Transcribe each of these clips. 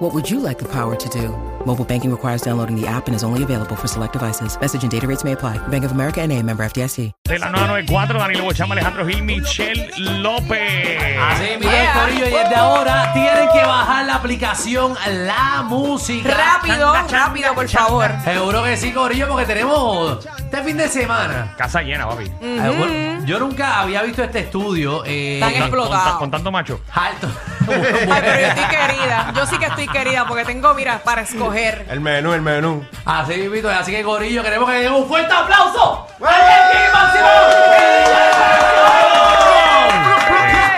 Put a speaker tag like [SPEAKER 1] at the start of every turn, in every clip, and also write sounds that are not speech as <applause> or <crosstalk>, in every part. [SPEAKER 1] What would you like the power to do? Mobile banking requires downloading the app and is only available for select devices. Message and data rates may apply. Bank of America and a member FDIC.
[SPEAKER 2] De la 994, Danilo Bocham, Alejandro Gil, Michelle López.
[SPEAKER 3] Ah,
[SPEAKER 4] Así mismo el corillo y desde ahora tienen que bajar la aplicación La Música.
[SPEAKER 3] Rápido, rápido, por favor.
[SPEAKER 4] Seguro que sí, corillo, porque tenemos este fin de semana.
[SPEAKER 2] Casa llena, papi.
[SPEAKER 3] Mm,
[SPEAKER 4] Eh, bueno, Yo nunca había visto este estudio eh,
[SPEAKER 3] Tan
[SPEAKER 2] Con-
[SPEAKER 3] Explotado.
[SPEAKER 2] Con, con tanto macho.
[SPEAKER 4] alto. <laughs>
[SPEAKER 3] Ay, pero yo
[SPEAKER 5] <laughs>
[SPEAKER 3] estoy querida. Yo sí que estoy querida porque tengo, mira, para escoger.
[SPEAKER 5] El menú, el menú.
[SPEAKER 4] Así mismo, así que corillo, queremos que le den un fuerte aplauso. ¡Al equipo, Simón!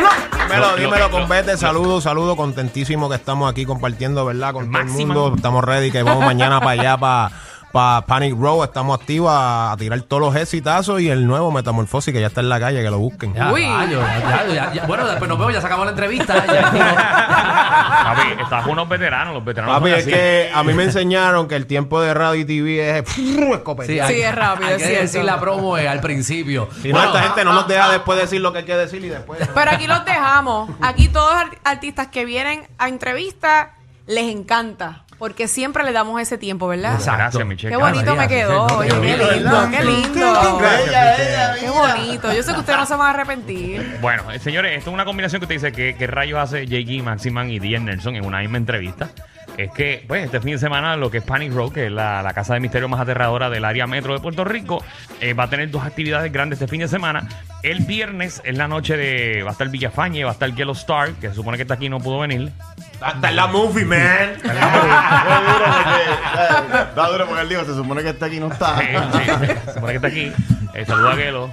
[SPEAKER 2] Lo-
[SPEAKER 5] Dímelo,
[SPEAKER 2] lo-
[SPEAKER 5] dímelo con
[SPEAKER 2] lo-
[SPEAKER 5] Vete. Saludos, saludos. Contentísimo que estamos aquí compartiendo, ¿verdad? Con todo el
[SPEAKER 2] máximo.
[SPEAKER 5] mundo. Estamos ready, que vamos mañana para allá, para. Para Panic Row estamos activos a, a tirar todos los exitazos y el nuevo Metamorfosis que ya está en la calle, que lo busquen.
[SPEAKER 4] Ya,
[SPEAKER 3] Uy.
[SPEAKER 4] rayos, Ah, ya, ya, ya. Bueno, después nos vemos, ya se acabó la
[SPEAKER 3] <laughs>
[SPEAKER 4] entrevista. ya.
[SPEAKER 2] Papi, estás con unos veteranos, los veteranos.
[SPEAKER 5] Papi,
[SPEAKER 2] son
[SPEAKER 5] es
[SPEAKER 2] así.
[SPEAKER 5] que a mí me enseñaron que el tiempo de radio y TV es <laughs> pff, escopeta.
[SPEAKER 3] Sí, es rápido,
[SPEAKER 4] Hay
[SPEAKER 3] es
[SPEAKER 4] que
[SPEAKER 3] cierto.
[SPEAKER 4] decir la promo eh, al principio.
[SPEAKER 5] Si no,
[SPEAKER 4] Bueno,
[SPEAKER 5] esta gente no nos deja después decir lo que hay que decir y después.
[SPEAKER 3] <laughs> Pero aquí los dejamos. Aquí todos los artistas que vienen a entrevista les encanta. Porque siempre le damos ese tiempo, ¿verdad?
[SPEAKER 4] Exacto.
[SPEAKER 2] Gracias, Michelle.
[SPEAKER 3] Qué bonito me
[SPEAKER 4] María,
[SPEAKER 3] quedó.
[SPEAKER 4] sí,
[SPEAKER 3] Oye,
[SPEAKER 4] sí, sí,
[SPEAKER 3] qué
[SPEAKER 4] sí,
[SPEAKER 3] lindo, qué lindo.
[SPEAKER 5] Gracias,
[SPEAKER 3] Qué bonito. Yo sé que ustedes no se van a arrepentir.
[SPEAKER 2] Bueno, eh, señores, esto es una combinación que usted dice que, que rayos hace J.G. Maximan y D.N. Nelson en una misma entrevista. Es que, pues, este fin de semana lo que es Panic Row, que es la, la casa de misterio más aterradora del área metro de Puerto Rico, eh, va a tener dos actividades grandes este fin de semana. El viernes es la noche de... Va a estar Villafañe, va a estar Yellow Star, que se supone que está aquí y no pudo venir.
[SPEAKER 5] Hasta en la movie, man.
[SPEAKER 6] Da duro porque él dijo, se supone que está aquí y no está.
[SPEAKER 2] Sí, sí, sí. Se supone que está aquí. Eh, saluda a Gelo.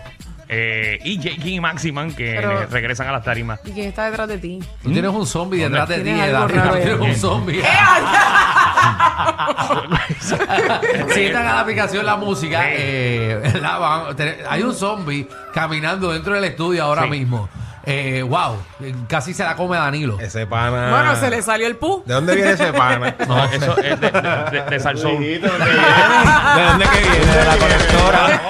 [SPEAKER 2] Eh, y J.G. y Maximan, que
[SPEAKER 3] Pero-
[SPEAKER 2] regresan a las tarimas.
[SPEAKER 3] ¿Y quién está detrás de ti?
[SPEAKER 4] Tú tienes un zombie detrás de ti,
[SPEAKER 3] Tienes algo
[SPEAKER 4] Edad.
[SPEAKER 3] raro
[SPEAKER 4] <laughs> Tú tienes
[SPEAKER 2] ahí.
[SPEAKER 4] un
[SPEAKER 3] <laughs>
[SPEAKER 4] zombie. Si entran a la aplicación la música,
[SPEAKER 2] Sí.
[SPEAKER 4] eh, la van- te- hay un zombie caminando dentro del estudio ahora
[SPEAKER 2] Sí.
[SPEAKER 4] mismo. Eh, wow, eh, casi se la come Danilo.
[SPEAKER 5] Ese pana.
[SPEAKER 3] Bueno, se le salió el pu.
[SPEAKER 5] ¿De dónde viene ese pana?
[SPEAKER 2] No, eso es de, de, de- de Salsón.
[SPEAKER 6] Amiguito,
[SPEAKER 5] <laughs>
[SPEAKER 6] que-
[SPEAKER 5] ¿De dónde que viene? De la conectora.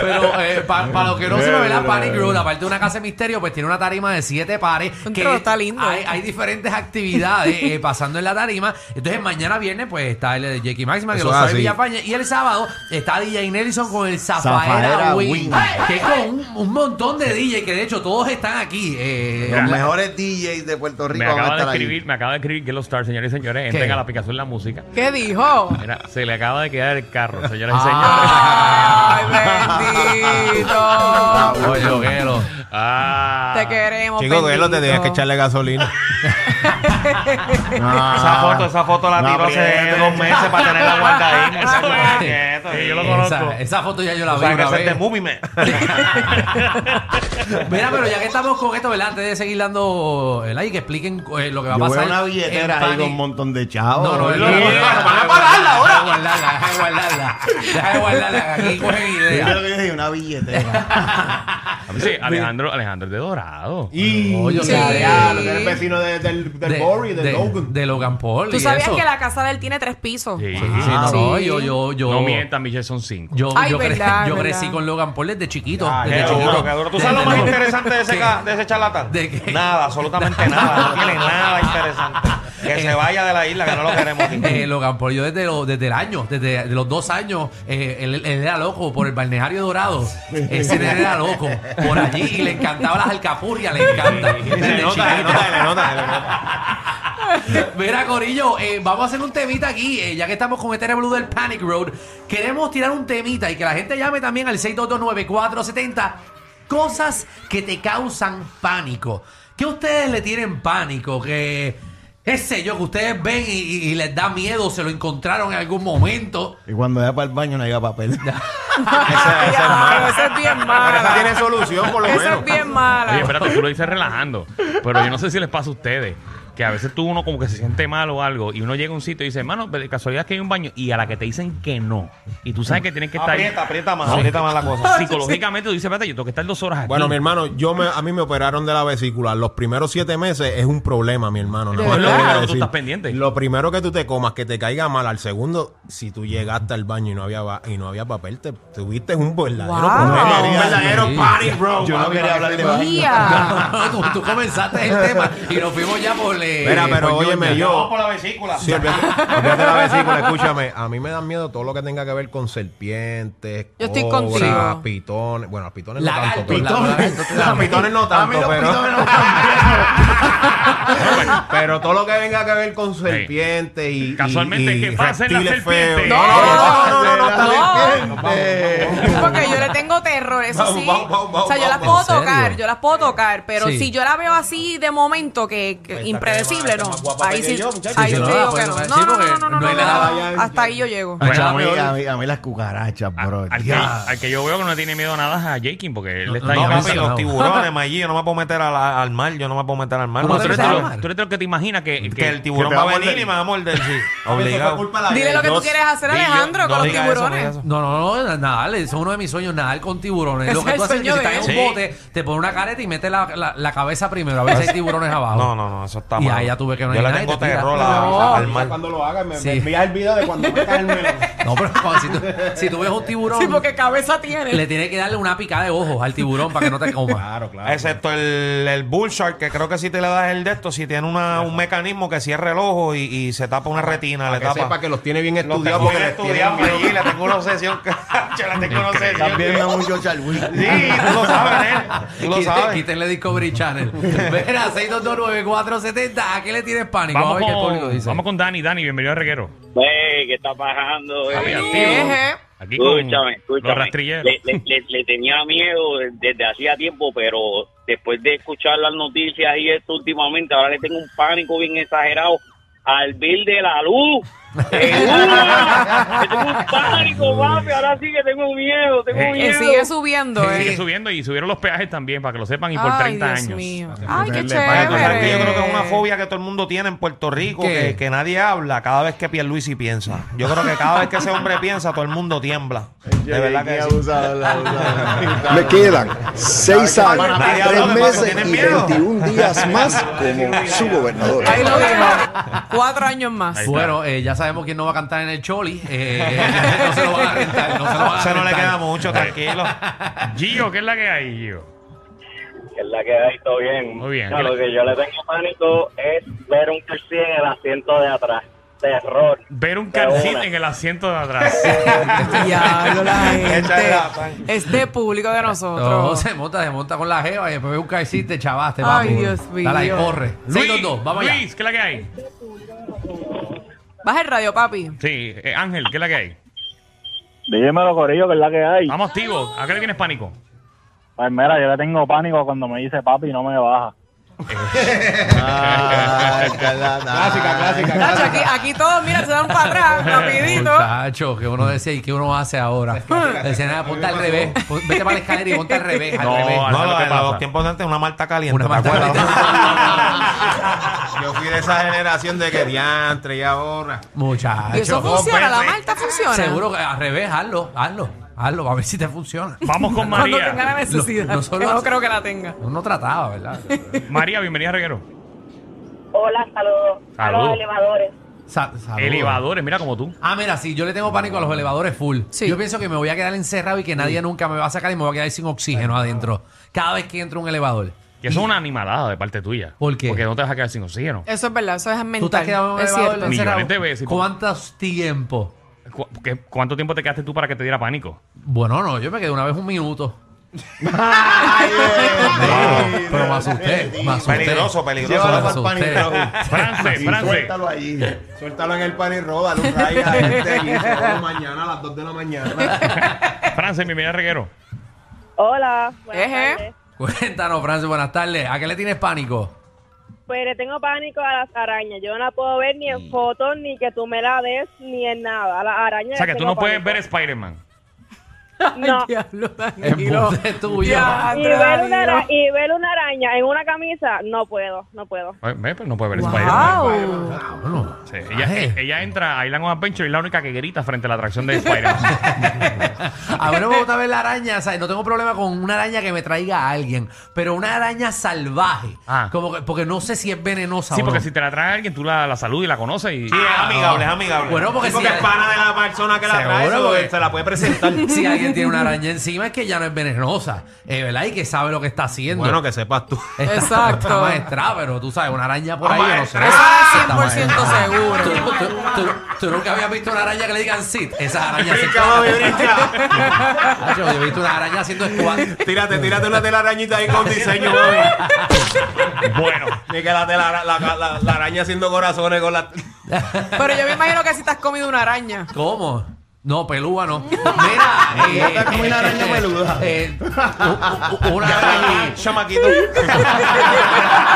[SPEAKER 4] Pero eh,
[SPEAKER 6] <laughs>
[SPEAKER 4] para los que no se ve la Panic Room, aparte de una casa de misterio, pues tiene una tarima de siete pares.
[SPEAKER 3] Un trono, está lindo,
[SPEAKER 4] Hay,
[SPEAKER 3] eh.
[SPEAKER 4] hay diferentes actividades
[SPEAKER 3] <laughs>
[SPEAKER 4] eh, pasando en la tarima. Entonces, mañana viernes, pues está el de Jackie Maxima, que
[SPEAKER 5] Eso
[SPEAKER 4] lo
[SPEAKER 5] es
[SPEAKER 4] sabe
[SPEAKER 5] así.
[SPEAKER 4] Villafañe. Y el sábado está DJ Nelson con el Zafaera,
[SPEAKER 6] Zafaera
[SPEAKER 4] Wing.
[SPEAKER 6] Wing.
[SPEAKER 4] Que es con un, un montón de DJ, que de hecho todos están aquí. eh,
[SPEAKER 2] Mira,
[SPEAKER 6] Los mejores DJs de Puerto Rico
[SPEAKER 2] Me
[SPEAKER 6] van a
[SPEAKER 2] acaba de
[SPEAKER 6] estar
[SPEAKER 2] escribir,
[SPEAKER 6] ahí.
[SPEAKER 2] me acaba de escribir Gelo Star, señores y señores.
[SPEAKER 4] ¿Qué?
[SPEAKER 2] Entren a la aplicación la música.
[SPEAKER 3] ¿Qué dijo?
[SPEAKER 2] Mira, se le acaba de quedar el carro, señores y
[SPEAKER 4] Ah.
[SPEAKER 5] Ah.
[SPEAKER 3] Ay,
[SPEAKER 2] señores.
[SPEAKER 3] bendito.
[SPEAKER 4] Oye, loquero.
[SPEAKER 2] Ah.
[SPEAKER 3] Te queremos.
[SPEAKER 5] Chico, que lo te tenías que
[SPEAKER 3] bendito.
[SPEAKER 5] echarle
[SPEAKER 2] <laughs>
[SPEAKER 5] gasolina.
[SPEAKER 6] Ah.
[SPEAKER 2] Esa foto, esa foto la
[SPEAKER 6] No
[SPEAKER 2] tiró hace
[SPEAKER 6] aprietes.
[SPEAKER 2] dos meses para tenerla guardadita.
[SPEAKER 4] Esa-
[SPEAKER 2] Sí, yo lo conozco.
[SPEAKER 4] Esa, esa foto ya yo la
[SPEAKER 2] O
[SPEAKER 4] vi.
[SPEAKER 2] sea, que
[SPEAKER 4] una
[SPEAKER 2] ese es de
[SPEAKER 4] vez.
[SPEAKER 2] Movie Man.
[SPEAKER 4] Mira, pero ya que estamos con esto, ¿verdad? Antes de seguir dando el like, que expliquen eh, lo que va a
[SPEAKER 6] Yo
[SPEAKER 4] pasar.
[SPEAKER 6] veo una
[SPEAKER 4] en
[SPEAKER 6] billetera ahí
[SPEAKER 4] Panic.
[SPEAKER 6] con un montón de
[SPEAKER 4] No,
[SPEAKER 6] chavos.
[SPEAKER 4] no, Oh, no, no, no,
[SPEAKER 6] ¿verdad?
[SPEAKER 4] no, no, no,
[SPEAKER 2] Mira,
[SPEAKER 4] no,
[SPEAKER 2] van a
[SPEAKER 4] no,
[SPEAKER 2] pararla ahora.
[SPEAKER 4] Deja de guardarla, deja de guardarla. Deja de guardarla, que aquí
[SPEAKER 2] <laughs>
[SPEAKER 4] cogen
[SPEAKER 6] Mira lo
[SPEAKER 4] ideas.
[SPEAKER 6] que yo dije, una billetera.
[SPEAKER 2] Sí, Alejandro, Alejandro es de Dorado.
[SPEAKER 6] <laughs> y
[SPEAKER 4] No, yo
[SPEAKER 6] Sí.
[SPEAKER 4] sé.
[SPEAKER 6] Ya, lo que eres vecino de- del, del Bory, del
[SPEAKER 4] de-
[SPEAKER 6] Logan.
[SPEAKER 4] de Logan Paul.
[SPEAKER 3] Tú
[SPEAKER 4] y
[SPEAKER 3] sabías
[SPEAKER 4] eso.
[SPEAKER 3] que la casa de él tiene tres pisos. <laughs>
[SPEAKER 2] Sí.
[SPEAKER 4] Sí, no,
[SPEAKER 6] Ah,
[SPEAKER 4] no,
[SPEAKER 3] sí.
[SPEAKER 4] yo, yo, yo.
[SPEAKER 2] No mientas, Michelle, son cinco.
[SPEAKER 4] Yo,
[SPEAKER 3] Ay,
[SPEAKER 4] yo, cre-
[SPEAKER 3] verdad,
[SPEAKER 4] yo
[SPEAKER 3] verdad.
[SPEAKER 4] crecí con Logan Paul desde chiquito.
[SPEAKER 5] Ah,
[SPEAKER 4] desde
[SPEAKER 5] qué
[SPEAKER 4] chiquito.
[SPEAKER 5] duro,
[SPEAKER 7] qué duro. ¿Tú sabes lo más interesante de ese, ca- de ese charlatán?
[SPEAKER 4] ¿De qué?
[SPEAKER 7] Nada, absolutamente nada. No tiene nada interesante. Que se vaya de la isla, que no lo queremos aquí.
[SPEAKER 4] Eh, Logan Paul, yo desde, lo- desde el año, desde de los dos años, eh, él, él era loco por el balneario dorado. Ese nene era loco por allí y le encantaba las alcapurrias, le encanta. Desde
[SPEAKER 5] Se nota, se
[SPEAKER 4] chiquito.
[SPEAKER 5] nota, se nota, se nota.
[SPEAKER 4] Mira, Corillo, eh, vamos a hacer un temita aquí, eh, ya que estamos con este Blue del Panic Road. Queremos tirar un temita y que la gente llame también al 6229470. Cosas que te causan pánico. Que ustedes le tienen pánico, que qué sé yo, que ustedes ven y, y- y les da miedo, se lo encontraron en algún
[SPEAKER 5] <laughs>
[SPEAKER 4] momento.
[SPEAKER 6] Y cuando vaya para el baño <laughs> no había papel.
[SPEAKER 5] Esa- esa es
[SPEAKER 3] Claro,
[SPEAKER 5] mala.
[SPEAKER 3] esa es bien
[SPEAKER 5] Pero esa
[SPEAKER 3] mala.
[SPEAKER 5] tiene solución, por lo
[SPEAKER 3] Esa
[SPEAKER 5] menos.
[SPEAKER 3] es bien mala.
[SPEAKER 2] Oye, espérate, tú lo dices relajando. Pero yo no sé si les pasa a ustedes. que a veces tú uno como que se siente mal o algo y uno llega a un sitio y dice, hermano, de casualidad es que hay un baño y a la que te dicen que no. Y tú sabes que tienes que estar ahí.
[SPEAKER 7] Aprieta, aprieta más, aprieta más la cosa.
[SPEAKER 2] Psicológicamente tú dices, espérate, yo tengo que estar dos horas aquí.
[SPEAKER 5] Bueno, mi hermano, yo me, a mí me operaron de la vesícula. Los primeros siete meses es un problema, mi hermano.
[SPEAKER 2] ¿De verdad?
[SPEAKER 5] más te voy a
[SPEAKER 2] Pero tú
[SPEAKER 5] decir.
[SPEAKER 2] estás pendiente.
[SPEAKER 5] Lo primero que tú te comas, que te caiga mal al segundo, si tú llegaste al baño y no había, ba- y no había papel, te tuviste un verdadero
[SPEAKER 3] Wow. No
[SPEAKER 5] problema. Un
[SPEAKER 6] quería-
[SPEAKER 5] verdadero
[SPEAKER 4] sí.
[SPEAKER 5] party, bro.
[SPEAKER 6] Yo no
[SPEAKER 5] papi.
[SPEAKER 6] quería hablar de
[SPEAKER 3] Mía.
[SPEAKER 4] tú, tú comenzaste el tema y nos fuimos ya por. eh,
[SPEAKER 5] Mira, pero
[SPEAKER 4] por
[SPEAKER 5] óyeme,
[SPEAKER 4] ñoña.
[SPEAKER 5] yo-
[SPEAKER 7] Vamos por la vesícula.
[SPEAKER 5] Sí, olvídate, olvídate la vesícula,
[SPEAKER 7] <laughs>
[SPEAKER 5] escúchame. A mí me dan miedo todo lo que tenga que ver con serpientes,
[SPEAKER 3] Yo estoy
[SPEAKER 5] cobras,
[SPEAKER 3] contigo.
[SPEAKER 5] pitones. Bueno, los pitones
[SPEAKER 4] Lagarto,
[SPEAKER 5] no tanto. pero-
[SPEAKER 4] lagarto,
[SPEAKER 5] Los pitones <laughs> no tanto, pero... <laughs> pero todo lo que venga que ver con serpientes y.
[SPEAKER 2] Casualmente,
[SPEAKER 5] y- y
[SPEAKER 2] que pasen las
[SPEAKER 5] reptiles
[SPEAKER 2] serpientes.
[SPEAKER 5] feos.
[SPEAKER 2] No,
[SPEAKER 5] No, no, no, no, no,
[SPEAKER 6] no,
[SPEAKER 3] no.
[SPEAKER 6] gente.
[SPEAKER 3] Porque yo le tengo terror, eso
[SPEAKER 5] Vamos,
[SPEAKER 3] sí.
[SPEAKER 5] vamos, vamos,
[SPEAKER 3] o sea, yo las
[SPEAKER 5] vamos.
[SPEAKER 3] puedo
[SPEAKER 4] ¿En serio?
[SPEAKER 3] tocar, yo las puedo tocar, pero
[SPEAKER 4] Sí.
[SPEAKER 3] si yo la veo así de momento que, que
[SPEAKER 5] Pues,
[SPEAKER 3] impredecible,
[SPEAKER 5] está
[SPEAKER 3] no.
[SPEAKER 5] más guapa
[SPEAKER 3] Ahí
[SPEAKER 5] que
[SPEAKER 3] sí,
[SPEAKER 5] yo, muchacho.
[SPEAKER 3] ahí
[SPEAKER 4] Sí,
[SPEAKER 3] yo
[SPEAKER 4] no,
[SPEAKER 3] digo
[SPEAKER 4] pues,
[SPEAKER 3] que no.
[SPEAKER 4] sí,
[SPEAKER 3] No, no,
[SPEAKER 4] porque
[SPEAKER 3] no, no, no,
[SPEAKER 4] no hay
[SPEAKER 3] no,
[SPEAKER 4] nada,
[SPEAKER 3] no,
[SPEAKER 6] ya, ya.
[SPEAKER 3] Hasta ahí yo llego.
[SPEAKER 2] Ay,
[SPEAKER 6] A mí,
[SPEAKER 2] Bueno,
[SPEAKER 6] a mí- a mí las cucarachas,
[SPEAKER 2] A-
[SPEAKER 6] bro.
[SPEAKER 2] al, que,
[SPEAKER 6] Ya.
[SPEAKER 2] al que yo veo que no le tiene miedo a nada es a Jakin porque él está
[SPEAKER 7] No,
[SPEAKER 2] ahí.
[SPEAKER 7] papi, los tiburones, Maggi, yo no me puedo meter a la- al mar, yo no me puedo meter al mar.
[SPEAKER 4] ¿Cómo
[SPEAKER 2] Ah, tú,
[SPEAKER 7] Porque
[SPEAKER 2] eres
[SPEAKER 4] te
[SPEAKER 2] de
[SPEAKER 7] tú-
[SPEAKER 2] los-
[SPEAKER 4] llamas?
[SPEAKER 2] tú eres de los que te imaginas que, que-
[SPEAKER 7] que el tiburón
[SPEAKER 6] te
[SPEAKER 7] va
[SPEAKER 6] va
[SPEAKER 7] a
[SPEAKER 6] a
[SPEAKER 7] venir y me va a morder,
[SPEAKER 5] <laughs>
[SPEAKER 7] sí. <laughs>
[SPEAKER 5] Eso fue
[SPEAKER 7] Obligado.
[SPEAKER 5] culpa de la-
[SPEAKER 3] Dile lo que tú quieres hacer,
[SPEAKER 7] Dillo,
[SPEAKER 3] Alejandro,
[SPEAKER 7] no
[SPEAKER 3] con los
[SPEAKER 7] diga eso, no
[SPEAKER 3] tiburones.
[SPEAKER 7] diga eso.
[SPEAKER 4] No, no, no, nadar, eso es uno de mis sueños, nadar con tiburones.
[SPEAKER 3] Ese
[SPEAKER 4] lo que
[SPEAKER 3] es
[SPEAKER 4] tú
[SPEAKER 3] el
[SPEAKER 4] haces es que
[SPEAKER 3] sueño
[SPEAKER 4] si
[SPEAKER 3] de
[SPEAKER 4] estás
[SPEAKER 3] él.
[SPEAKER 4] en un bote, te pone una careta y metes la, la- la cabeza primero, a ver si hay tiburones abajo.
[SPEAKER 7] No, no, no, eso está
[SPEAKER 4] Y
[SPEAKER 7] mal.
[SPEAKER 4] ahí ya tú ves que este no hay
[SPEAKER 7] Yo le
[SPEAKER 4] nadie,
[SPEAKER 7] tengo
[SPEAKER 4] te tiras.
[SPEAKER 7] terror a-
[SPEAKER 4] No.
[SPEAKER 7] al mar.
[SPEAKER 6] Cuando lo hagas, me,
[SPEAKER 4] Sí.
[SPEAKER 6] me envías el video de cuando metas el melón.
[SPEAKER 4] No, pero cuando- si, tú, si tú ves un tiburón,
[SPEAKER 3] Sí, porque cabeza tiene.
[SPEAKER 4] le tienes que darle una picada de ojos al tiburón para que no te
[SPEAKER 5] <laughs>
[SPEAKER 4] coma.
[SPEAKER 5] Claro, claro.
[SPEAKER 7] Excepto el, el bull shark, que creo que si te le das el de esto, si tiene una, un mecanismo que cierra el ojo y, y se tapa una retina, le
[SPEAKER 5] Para que
[SPEAKER 7] tapa.
[SPEAKER 5] sepa que los tiene bien
[SPEAKER 7] Los
[SPEAKER 5] estudiados
[SPEAKER 7] tengo
[SPEAKER 5] porque les tienen
[SPEAKER 7] estudiados, Maggi, le tengo una obsesión. <laughs> Yo le tengo una
[SPEAKER 5] <laughs>
[SPEAKER 7] obsesión.
[SPEAKER 6] También me mucho charwin.
[SPEAKER 7] Sí, tú lo sabes, ¿eh? Tú lo
[SPEAKER 4] Quite-
[SPEAKER 7] sabes.
[SPEAKER 4] Quítenle Discovery Channel. Mira, 6229470, ¿a qué le tienes pánico?
[SPEAKER 2] Vamos,
[SPEAKER 4] a ver qué el público
[SPEAKER 2] con,
[SPEAKER 4] dice.
[SPEAKER 2] vamos con Dani. Dani, bienvenido a Reguero.
[SPEAKER 8] Wey, ¿qué está pasando? eh?
[SPEAKER 2] Papi, al tiro.
[SPEAKER 3] Eje.
[SPEAKER 2] Aquí con
[SPEAKER 8] Escúchame, escúchame.
[SPEAKER 2] los rastrilleros. Eh,
[SPEAKER 8] Le, le- le- le tenía miedo desde hacía tiempo, pero después de escuchar las noticias y esto últimamente, ahora le tengo un pánico bien exagerado al bill de la luz.
[SPEAKER 7] <laughs>
[SPEAKER 8] ¡Seguro! Le tengo un pánico, papi. Ahora sí que tengo miedo, tengo
[SPEAKER 2] Eh,
[SPEAKER 3] Que
[SPEAKER 8] miedo.
[SPEAKER 3] sigue subiendo,
[SPEAKER 2] Sigue
[SPEAKER 3] eh.
[SPEAKER 2] subiendo y subieron los peajes también, para que lo sepan, y por
[SPEAKER 3] Ay,
[SPEAKER 2] 30
[SPEAKER 3] Dios
[SPEAKER 2] años.
[SPEAKER 3] mío. Ay, qué
[SPEAKER 6] Le paga
[SPEAKER 7] Tú sabes que Yo creo que es una
[SPEAKER 3] chévere.
[SPEAKER 7] fobia que todo el mundo tiene en Puerto Rico,
[SPEAKER 4] ¿Qué?
[SPEAKER 7] que, que nadie habla cada vez que Pierluisi piensa. Yo creo que cada vez que ese hombre piensa, todo el mundo tiembla. De verdad que sí.
[SPEAKER 9] Me quedan seis años,
[SPEAKER 7] Nadie
[SPEAKER 9] tres
[SPEAKER 7] habla de Paco,
[SPEAKER 9] meses
[SPEAKER 7] ¿tienes
[SPEAKER 9] y
[SPEAKER 7] miedo?
[SPEAKER 9] 21
[SPEAKER 5] <laughs>
[SPEAKER 9] días más como su gobernador.
[SPEAKER 3] Ahí lo dejo. Cuatro años más.
[SPEAKER 2] Ahí está.
[SPEAKER 4] Bueno, eh, ya sabemos quién no va a cantar en el Choli. eh, <laughs> no se lo van a rentar. No se lo van a
[SPEAKER 7] Eso no le
[SPEAKER 4] rentar.
[SPEAKER 7] queda mucho, tranquilo.
[SPEAKER 2] Gio, ¿qué es la que hay, Gio?
[SPEAKER 8] Es la que ahí todo bien.
[SPEAKER 2] Muy bien.
[SPEAKER 8] No, lo que yo le tengo pánico es ver un taxi en el asiento de atrás. Terror.
[SPEAKER 2] Ver un
[SPEAKER 8] De
[SPEAKER 2] calcín
[SPEAKER 8] una.
[SPEAKER 2] en el asiento de atrás.
[SPEAKER 3] Diablo, la
[SPEAKER 7] Esa es la
[SPEAKER 3] gente.
[SPEAKER 7] pan.
[SPEAKER 3] Este público de
[SPEAKER 4] No,
[SPEAKER 3] nosotros.
[SPEAKER 4] se monta, se monta con la jeva y después ve un calcín, te chavaste,
[SPEAKER 3] Ay,
[SPEAKER 4] papi.
[SPEAKER 3] Dios
[SPEAKER 4] Dale, ahí,
[SPEAKER 3] mío.
[SPEAKER 4] corre. Luis, los dos, vamos allá.
[SPEAKER 2] Luis, ¿qué es la que hay?
[SPEAKER 3] Baja el radio, papi.
[SPEAKER 2] Sí, eh, Ángel, ¿qué es la que hay?
[SPEAKER 8] Dímelo, Corillo, que es la que hay.
[SPEAKER 2] Vamos activos. ¿A qué le tienes pánico?
[SPEAKER 8] Pues mira, yo le tengo pánico cuando me dice papi no me baja.
[SPEAKER 6] Clásica, clásica,
[SPEAKER 3] Nacho, aquí, aquí todos, mira, se dan para atrás, rapidito.
[SPEAKER 4] Muchacho, que uno decía y que uno hace ahora. Decía, nada, ponte al revés. Pon- Vete para la escalera y ponte al revés, al
[SPEAKER 2] No,
[SPEAKER 4] revés.
[SPEAKER 2] Ahora,
[SPEAKER 7] No,
[SPEAKER 2] ¿lo
[SPEAKER 7] lo
[SPEAKER 2] que
[SPEAKER 7] de
[SPEAKER 2] pasa?
[SPEAKER 7] los tiempos de antes, una malta caliente.
[SPEAKER 4] Una
[SPEAKER 7] ¿te
[SPEAKER 4] malta
[SPEAKER 7] acuerdas?
[SPEAKER 5] Yo fui de esa generación de que diantre y ahora.
[SPEAKER 4] Muchacho.
[SPEAKER 3] Y eso funciona, la malta funciona.
[SPEAKER 4] Seguro que al revés, hazlo, hazlo, hazlo, a ver si te funciona.
[SPEAKER 2] Vamos con
[SPEAKER 3] <laughs> Cuando tenga
[SPEAKER 2] María.
[SPEAKER 3] la necesidad.
[SPEAKER 4] Lo- nosotros-
[SPEAKER 3] que no creo que la tenga.
[SPEAKER 4] Uno trataba, ¿verdad?
[SPEAKER 2] María, bienvenida a Reguero.
[SPEAKER 10] Hola, saludos. A
[SPEAKER 2] Saludos.
[SPEAKER 10] los elevadores.
[SPEAKER 4] Sa- saludos.
[SPEAKER 2] Elevadores, mira como tú.
[SPEAKER 4] Ah, mira, sí, yo le tengo pánico a los elevadores full.
[SPEAKER 3] Sí.
[SPEAKER 4] Yo pienso que me voy a quedar encerrado y que nadie nunca me va a sacar y me voy a quedar sin oxígeno adentro. Cada vez que entro a un elevador.
[SPEAKER 2] Que eso es una animalada de parte tuya.
[SPEAKER 4] ¿Por qué?
[SPEAKER 2] Porque no te vas a quedar sin oxígeno.
[SPEAKER 3] Eso es verdad, eso es mental.
[SPEAKER 4] ¿Tú te has quedado en un
[SPEAKER 3] es
[SPEAKER 4] elevador
[SPEAKER 3] cierto.
[SPEAKER 2] Millones
[SPEAKER 4] encerrado?
[SPEAKER 2] de veces.
[SPEAKER 4] ¿Cuántos tiempos?
[SPEAKER 2] ¿Cu- qué- ¿Cuánto tiempo te quedaste tú para que te diera pánico?
[SPEAKER 4] Bueno, no, yo me quedé una vez un minuto. Pero me asusté, me asusté.
[SPEAKER 7] Peligroso, peligroso.
[SPEAKER 4] Me
[SPEAKER 6] Llévalo
[SPEAKER 4] asusté.
[SPEAKER 6] para el pánico.
[SPEAKER 2] France,
[SPEAKER 6] Y
[SPEAKER 2] France.
[SPEAKER 6] Suéltalo ahí.
[SPEAKER 5] Suéltalo en el pan y roba, dale un rayo a la gente allí, se roba mañana a las 2 de la <laughs> mañana.
[SPEAKER 2] France, bienvenida a Reguero.
[SPEAKER 10] Hola, buenas
[SPEAKER 3] Ejé.
[SPEAKER 10] tardes.
[SPEAKER 4] <laughs> Cuéntanos, Francis, buenas tardes. ¿A qué le tienes pánico?
[SPEAKER 10] Pues le tengo pánico a las arañas. Yo no la puedo ver ni en fotos, ni que tú me la des, ni en nada. A las arañas.
[SPEAKER 2] O sea,
[SPEAKER 10] le
[SPEAKER 2] que tú
[SPEAKER 10] tengo
[SPEAKER 2] no puedes
[SPEAKER 10] pánico.
[SPEAKER 2] ver Spider-Man.
[SPEAKER 10] No.
[SPEAKER 3] Diablo, Danilo.
[SPEAKER 4] Embuste tuyo.
[SPEAKER 10] Y
[SPEAKER 3] Diantre,
[SPEAKER 10] ver, una ara-
[SPEAKER 3] Danilo.
[SPEAKER 10] y ver una araña en una camisa, no puedo, no puedo.
[SPEAKER 2] Ay, ve, pero no puede ver Spider-Man.
[SPEAKER 3] Wow.
[SPEAKER 4] Cabrón.
[SPEAKER 2] Sí, ella, e- ella entra a Island on Adventure y es la única que grita frente a la atracción de Spider-Man.
[SPEAKER 4] A mí no me
[SPEAKER 2] <laughs>
[SPEAKER 4] gusta ver la araña, o sea, no tengo problema con una araña que me traiga a alguien, pero una araña salvaje,
[SPEAKER 2] Ah.
[SPEAKER 4] como que, porque no sé si es venenosa
[SPEAKER 2] sí,
[SPEAKER 4] o
[SPEAKER 2] porque
[SPEAKER 4] no.
[SPEAKER 2] si te la trae alguien, tú la, la saludas y la conoces. Y...
[SPEAKER 7] Sí, es amigable, es amigable.
[SPEAKER 4] Bueno, porque
[SPEAKER 7] Sí,
[SPEAKER 4] si-
[SPEAKER 7] es pana de la persona que la
[SPEAKER 4] Seguro,
[SPEAKER 7] trae, eso,
[SPEAKER 4] porque-
[SPEAKER 7] se la
[SPEAKER 4] <laughs>
[SPEAKER 7] puede presentar.
[SPEAKER 4] si alguien tiene una araña encima es que ya no es venenosa, eh, ¿verdad? Y que sabe lo que está haciendo.
[SPEAKER 5] Bueno, que sepas tú.
[SPEAKER 4] Está-
[SPEAKER 3] Exacto. Ah,
[SPEAKER 4] está maestrada, pero tú sabes, una araña por ahí, yo no sé.
[SPEAKER 7] Amaestrada.
[SPEAKER 4] Está
[SPEAKER 3] Eso es 100%
[SPEAKER 4] maestrada.
[SPEAKER 3] seguro.
[SPEAKER 4] Tú, tú- tú- tú nunca habías visto una araña que le digan sit. Esas
[SPEAKER 2] <laughs>
[SPEAKER 4] arañas sit. Nacho, Yo he visto una araña haciendo squat.
[SPEAKER 5] <laughs> Tírate, tírate una telarañita ahí con diseño, mami.
[SPEAKER 2] Bueno,
[SPEAKER 5] Ni que la, telara- la, la- la araña haciendo corazones con la.
[SPEAKER 3] Pero yo me imagino que si te has comido una araña.
[SPEAKER 4] ¿Cómo? No, pelúa no. Mira,
[SPEAKER 6] Ya está como una araña peluda.
[SPEAKER 4] eh, u- u- u- una
[SPEAKER 7] Ah,
[SPEAKER 4] araña.
[SPEAKER 7] Chamaquito.
[SPEAKER 4] <laughs>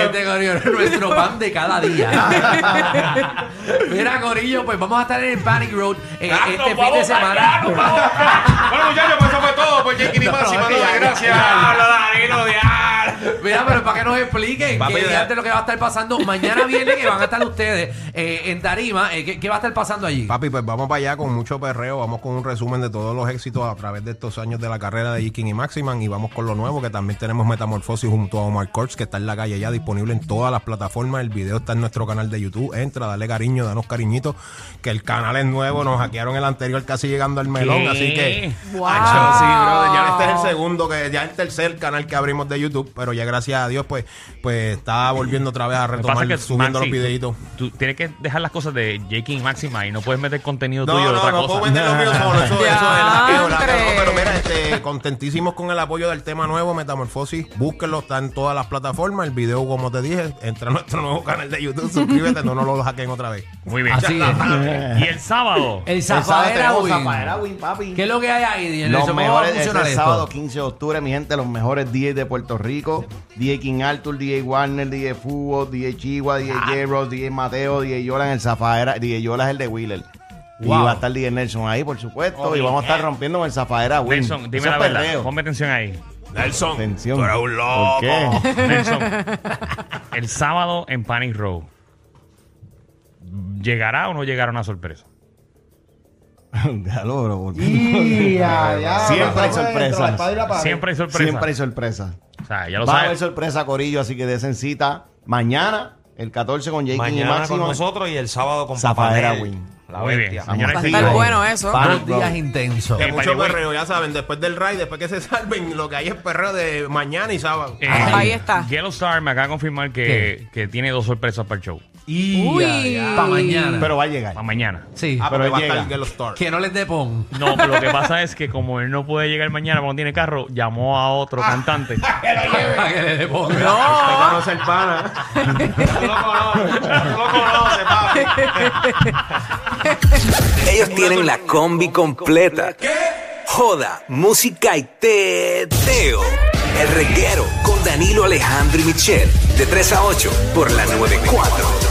[SPEAKER 4] Este Corillo es nuestro pan de cada día. <laughs> Mira, Corillo, pues vamos a estar en el Panic Road eh, este fin de semana.
[SPEAKER 7] Bueno, muchachos, pues eso fue todo. Pues Jake
[SPEAKER 4] No,
[SPEAKER 7] Nimasi,
[SPEAKER 4] es que
[SPEAKER 7] mano,
[SPEAKER 4] ya-
[SPEAKER 7] gracias. Habla Danilo, diablo.
[SPEAKER 4] <laughs> Mira, pero para que nos expliquen
[SPEAKER 5] Papi,
[SPEAKER 4] qué
[SPEAKER 5] de-
[SPEAKER 4] antes lo que va a estar pasando mañana viernes que van a estar ustedes eh, en Tarima, eh, ¿qué, qué va a estar pasando allí?
[SPEAKER 5] Papi, pues vamos para allá con mucho perreo. Vamos con un resumen de todos los éxitos a través de estos años de la carrera de Jikin y Maximan. Y vamos con lo nuevo, que también tenemos Metamorfosis junto a Omar Corps, que está en la calle ya disponible en todas las plataformas. El video está en nuestro canal de YouTube. Entra, dale cariño, danos cariñito. Que el canal es nuevo, nos hackearon el anterior casi llegando al melón.
[SPEAKER 2] ¿Qué?
[SPEAKER 5] Así que.
[SPEAKER 3] Wow.
[SPEAKER 5] Acho, sí, brother, Ya este es el segundo, que ya es el tercer canal que abrimos de YouTube. Pero ya gracias a Dios, pues, pues está volviendo otra vez a
[SPEAKER 2] lo que pasa
[SPEAKER 5] retomar,
[SPEAKER 2] es que
[SPEAKER 5] subiendo
[SPEAKER 2] Maxi,
[SPEAKER 5] los videitos.
[SPEAKER 2] Tú tienes que dejar las cosas de Jake y Máxima y no puedes meter contenido
[SPEAKER 5] No,
[SPEAKER 2] tuyo de
[SPEAKER 5] no,
[SPEAKER 2] otra
[SPEAKER 5] no puedo
[SPEAKER 2] cosa.
[SPEAKER 5] vender los míos solo. Eso, eso es la la-
[SPEAKER 3] ¡Diantre!
[SPEAKER 5] no, Pero mira, este, contentísimos con el apoyo del tema nuevo, Metamorfosis. Búsquenlo, está en todas las plataformas. El video, como te dije, entra a nuestro nuevo canal de YouTube. Suscríbete, no nos lo hackeen otra vez.
[SPEAKER 2] Muy bien.
[SPEAKER 4] Así es.
[SPEAKER 2] Y el sábado.
[SPEAKER 4] <laughs> El
[SPEAKER 6] El sábado
[SPEAKER 4] Zafaera
[SPEAKER 6] tenemos
[SPEAKER 4] Win.
[SPEAKER 6] Zafaera Win, papi.
[SPEAKER 4] ¿Qué es lo que hay ahí, Daniel?
[SPEAKER 6] Los
[SPEAKER 4] ¿Cómo va a
[SPEAKER 6] mejores, este
[SPEAKER 4] funcionar esto?
[SPEAKER 6] sábado 15 de octubre, mi gente, los mejores 10 de Puerto Rico. DJ King Arthur, DJ Warner, DJ Fugo, DJ Chihuahua, DJ J-Ross, DJ Mateo, DJ Yola en el Zafaera, DJ Yola es el de Wheeler.
[SPEAKER 4] Wow.
[SPEAKER 6] Y va a estar DJ Nelson ahí, por supuesto. y vamos a estar rompiendo con el Zafaera Win.
[SPEAKER 2] Nelson, dime
[SPEAKER 6] Eso es
[SPEAKER 2] la verdad.
[SPEAKER 6] perreo.
[SPEAKER 2] Ponme atención ahí.
[SPEAKER 5] Nelson,
[SPEAKER 6] Atención.
[SPEAKER 5] tú eres un loco.
[SPEAKER 6] ¿Por qué?
[SPEAKER 2] Oh, Nelson, el sábado en Panic Row. ¿Llegará o no llegará una sorpresa?
[SPEAKER 6] <laughs> Ya lo bro, por- <laughs>
[SPEAKER 9] Y a diablo,
[SPEAKER 6] Siempre hay
[SPEAKER 9] eso es entre la
[SPEAKER 6] sorpresas.
[SPEAKER 9] espalda y la pared.
[SPEAKER 2] Siempre hay sorpresa.
[SPEAKER 6] Siempre hay sorpresa.
[SPEAKER 2] O sea, ya lo
[SPEAKER 6] Va a haber
[SPEAKER 2] sabes.
[SPEAKER 6] sorpresa, Corillo, así que desen cita mañana, el 14 con Jake y
[SPEAKER 7] Mañana
[SPEAKER 6] Máximo.
[SPEAKER 7] con nosotros y el sábado con
[SPEAKER 6] Zafaera
[SPEAKER 7] Papá Noel.
[SPEAKER 6] Win.
[SPEAKER 7] La
[SPEAKER 2] Muy bien,
[SPEAKER 7] bestia.
[SPEAKER 2] señores.
[SPEAKER 3] Va a estar bueno eso.
[SPEAKER 6] Pa-
[SPEAKER 4] Dos días intensos.
[SPEAKER 5] Que
[SPEAKER 2] Eh,
[SPEAKER 5] mucho
[SPEAKER 2] by the way-
[SPEAKER 5] perreo, ya saben, después del ride, después que se <laughs> salven, lo que hay es perreo de mañana y sábado.
[SPEAKER 2] Eh,
[SPEAKER 3] Ahí está.
[SPEAKER 2] Yellow Star me acaba de confirmar que, que tiene dos sorpresas para el show.
[SPEAKER 6] Y
[SPEAKER 3] Uy.
[SPEAKER 6] Pa'
[SPEAKER 4] Para mañana.
[SPEAKER 6] Pero va a llegar.
[SPEAKER 2] Para mañana.
[SPEAKER 4] sí.
[SPEAKER 5] Ah, pero
[SPEAKER 6] pero
[SPEAKER 5] va a
[SPEAKER 6] llega.
[SPEAKER 5] estar Gelo Star.
[SPEAKER 4] que no les dé <laughs> pon.
[SPEAKER 2] No, pero lo que pasa es que como él no puede llegar mañana porque no tiene carro, llamó a otro
[SPEAKER 3] Ah.
[SPEAKER 2] cantante.
[SPEAKER 4] Para que le dé pon.
[SPEAKER 5] Te conoce el pana.
[SPEAKER 7] Tú lo conoces, tú lo conoces, papi.
[SPEAKER 11] Ellos tienen la combi completa. Joda, música y teteo. El reguero con Danilo Alejandro y Michel. De 3 a 8 por la 94.